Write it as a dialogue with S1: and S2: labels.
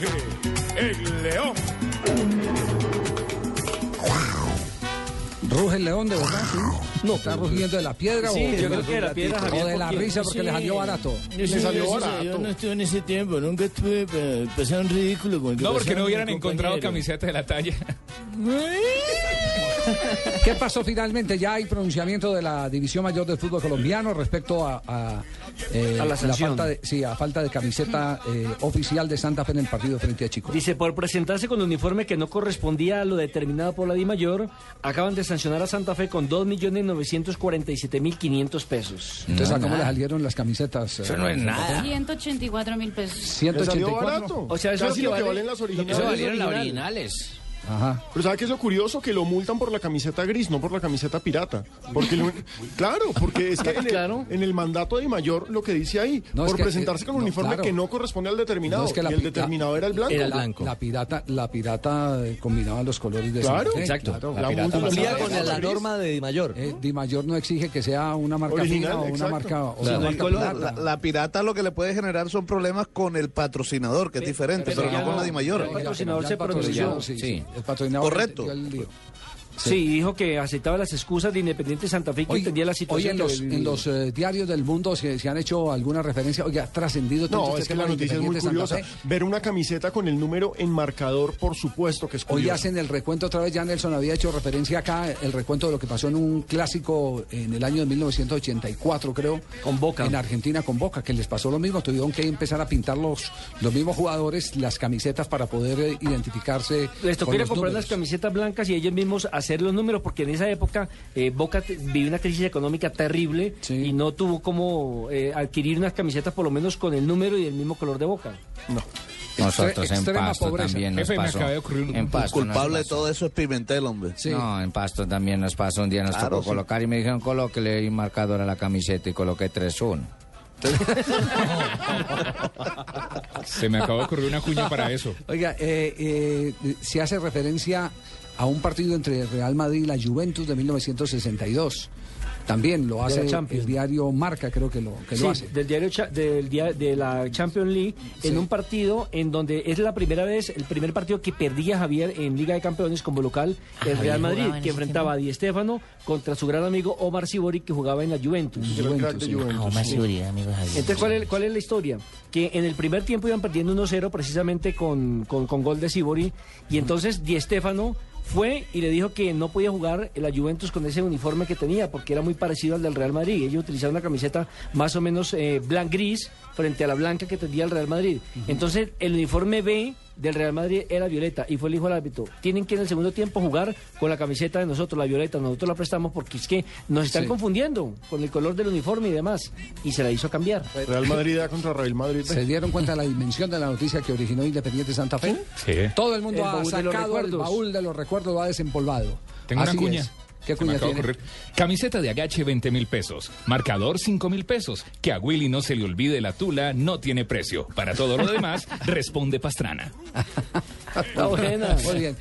S1: Ruge el león.
S2: Ruge el león de verdad, ¿sí? No, está rugiendo de la piedra
S3: Sí,
S2: o,
S3: yo creo que la piedra,
S2: o de
S3: Javier,
S2: la
S3: porque-
S2: risa porque le salió barato.
S4: Yo
S1: Le
S4: sí,
S1: salió
S4: yo sí,
S1: barato.
S4: Yo no estuve en ese tiempo, nunca estuve, eh,
S5: pues,
S4: pasaron ridículo con el que
S6: No, porque
S4: pasaron
S6: no hubieran
S4: mis
S6: encontrado
S4: compañeros.
S6: camisetas de la talla.
S2: ¿Qué pasó finalmente? Ya hay pronunciamiento de la División Mayor del Fútbol Colombiano respecto a, a, eh,
S3: A la sanción.
S2: falta de, sí, a falta de camiseta eh, oficial de Santa Fe en el partido frente a Chico.
S3: Dice, por presentarse con uniforme que no correspondía a lo determinado por la Di Mayor, acaban de sancionar a Santa Fe con 2.947.500 pesos.
S2: Entonces, ¿a cómo le salieron las camisetas? eh,
S5: Eso no es nada.
S7: 184 mil pesos.
S1: Le salió
S2: 184.
S1: barato.
S3: O sea, eso
S1: Casi
S3: es
S1: lo
S3: lo
S1: que
S3: que vale-
S1: valen las
S3: lo que
S1: originales.
S5: Eso
S3: Eso es
S5: valieron las
S3: original.
S5: originales.
S2: Ajá.
S1: Pero ¿sabe qué es lo curioso? Que lo multan por la camiseta gris, no por la camiseta pirata. Porque lo- claro, porque es que en el,
S3: Claro.
S1: en el mandato de mayor lo que dice ahí,
S2: No, es
S1: por
S2: que- eh,
S1: presentarse con
S2: no,
S1: un uniforme
S2: claro.
S1: que no corresponde al determinado.
S2: No, es que la
S1: y el
S2: pi-
S1: determinado
S2: la-
S1: era el blanco.
S5: era el
S2: La-
S5: blanco.
S2: La, pirata, la pirata eh, combinaba los colores de
S1: Claro,
S2: Santa Fe,
S5: exacto.
S2: claro.
S5: La
S1: La
S5: pirata
S1: multa-
S5: pasaba.
S3: Cumplía con la norma de Di Mayor.
S2: Eh, Di Mayor no exige que sea una marca
S1: Original,
S2: fina o una
S1: exacto.
S2: marca, o una
S8: Sino
S2: marca
S8: el color-
S2: pirata.
S8: la, la pirata lo que le puede generar son problemas con el patrocinador, que es diferente,
S3: pero
S8: pero,
S3: ya
S8: no con
S3: no-
S8: la Di Mayor.
S3: El patrocinador
S2: Ya
S3: se
S2: el patrocinador,
S3: pronunció.
S2: sí,
S5: Sí.
S2: sí, el patrocinador
S8: Correcto.
S2: dio el lío.
S3: Sí. dijo que aceptaba las excusas de Independiente Santa Fe y que
S2: Hoy,
S3: entendía la
S2: hoy
S3: situación.
S2: en
S3: que
S2: los,
S3: vivía.
S2: en los eh, diarios del mundo se, se han hecho alguna referencia, oiga, ha trascendido tanto
S1: No,
S2: este
S1: es que
S2: tema
S1: la
S2: de
S1: noticia es muy
S2: Independiente Santa
S1: curiosa.
S2: Fe.
S1: Ver una camiseta con el número en marcador, por supuesto que es
S2: Hoy
S1: curioso.
S2: hacen el recuento otra vez, ya Nelson había hecho referencia acá, el recuento de lo que pasó en un clásico en el año de 1984, creo.
S3: Con Boca.
S2: En Argentina con Boca, que les pasó lo mismo, tuvieron que empezar a pintar los, los mismos jugadores las camisetas para poder eh, identificarse.
S3: Les tocó
S2: con
S3: ir a
S2: los
S3: comprar
S2: números.
S3: las camisetas blancas y ellos mismos hacer los números, porque en esa época eh, Boca te- vivió una crisis económica terrible
S2: Sí.
S3: y no tuvo como eh, adquirir unas camisetas por lo menos con el número y el mismo color de Boca.
S5: Nosotros en
S2: extrema
S5: Pasto
S2: pobreza.
S5: también nos
S6: Jefe, me
S5: pasó.
S6: acaba de ocurrir un-
S5: En
S8: El
S5: Pasto nos
S8: culpable de
S5: pasó.
S8: todo eso es Pimentel, hombre.
S2: Sí.
S5: No, en Pasto también nos pasó. Un día nos
S8: Claro,
S5: tocó
S8: sí.
S5: colocar y me dijeron, colóquele ahí marcador a la camiseta y coloqué 3-1.
S6: Se me acaba de ocurrir una cuña para eso.
S2: Oiga, eh, eh, se hace referencia a un partido entre Real Madrid y la Juventus de 1962. También lo hace
S3: la Champions.
S2: el diario Marca, creo que lo, que
S3: Sí,
S2: lo hace.
S3: del diario Cha- del dia- de la Champions League
S2: Sí.
S3: en un partido en donde es la primera vez, el primer partido que perdía Javier en Liga de Campeones como local el Real Madrid,
S7: jugaba en
S3: que
S7: ese
S3: enfrentaba a Di Stéfano contra su gran amigo Omar Sibori que jugaba en la Juventus.
S1: Era el crack de
S2: Juventus,
S1: Juventus, sí.
S3: Entonces, ¿cuál es, cuál es la historia? Que en el primer tiempo iban perdiendo 1-0 precisamente con, con, con gol de Sibori. Y entonces Di Stéfano fue y le dijo que no podía jugar la Juventus con ese uniforme que tenía porque era muy parecido al del Real Madrid. Ellos utilizaron una camiseta más o menos eh, blanc-gris frente a la blanca que tenía el Real Madrid. Entonces, el uniforme B del Real Madrid era violeta y fue el hijo del árbitro. Tienen que en el segundo tiempo jugar con la camiseta de nosotros, la violeta. Nosotros la prestamos porque es que nos están
S2: Sí.
S3: confundiendo con el color del uniforme y demás. Y se la hizo cambiar.
S1: Real Madrid da contra Real Madrid.
S2: ¿Se dieron cuenta de la dimensión de la noticia que originó Independiente Santa Fe?
S6: Sí.
S2: Todo el mundo
S3: El
S2: ha
S3: baúl de los
S2: sacado el
S3: recuerdos.
S2: baúl de los recuerdos, lo ha desempolvado.
S6: Tengo
S2: Así
S6: una cuña.
S2: es. ¿Qué
S6: Se me
S2: cuña
S6: acaba de
S2: tiene?
S6: ocurrir. Camiseta de agache 20 mil pesos. Marcador 5 mil pesos. Que a Willy no se le olvide la tula, no tiene precio. Para todo lo demás, responde Pastrana.
S3: Está Ah, buena.
S2: Muy bien.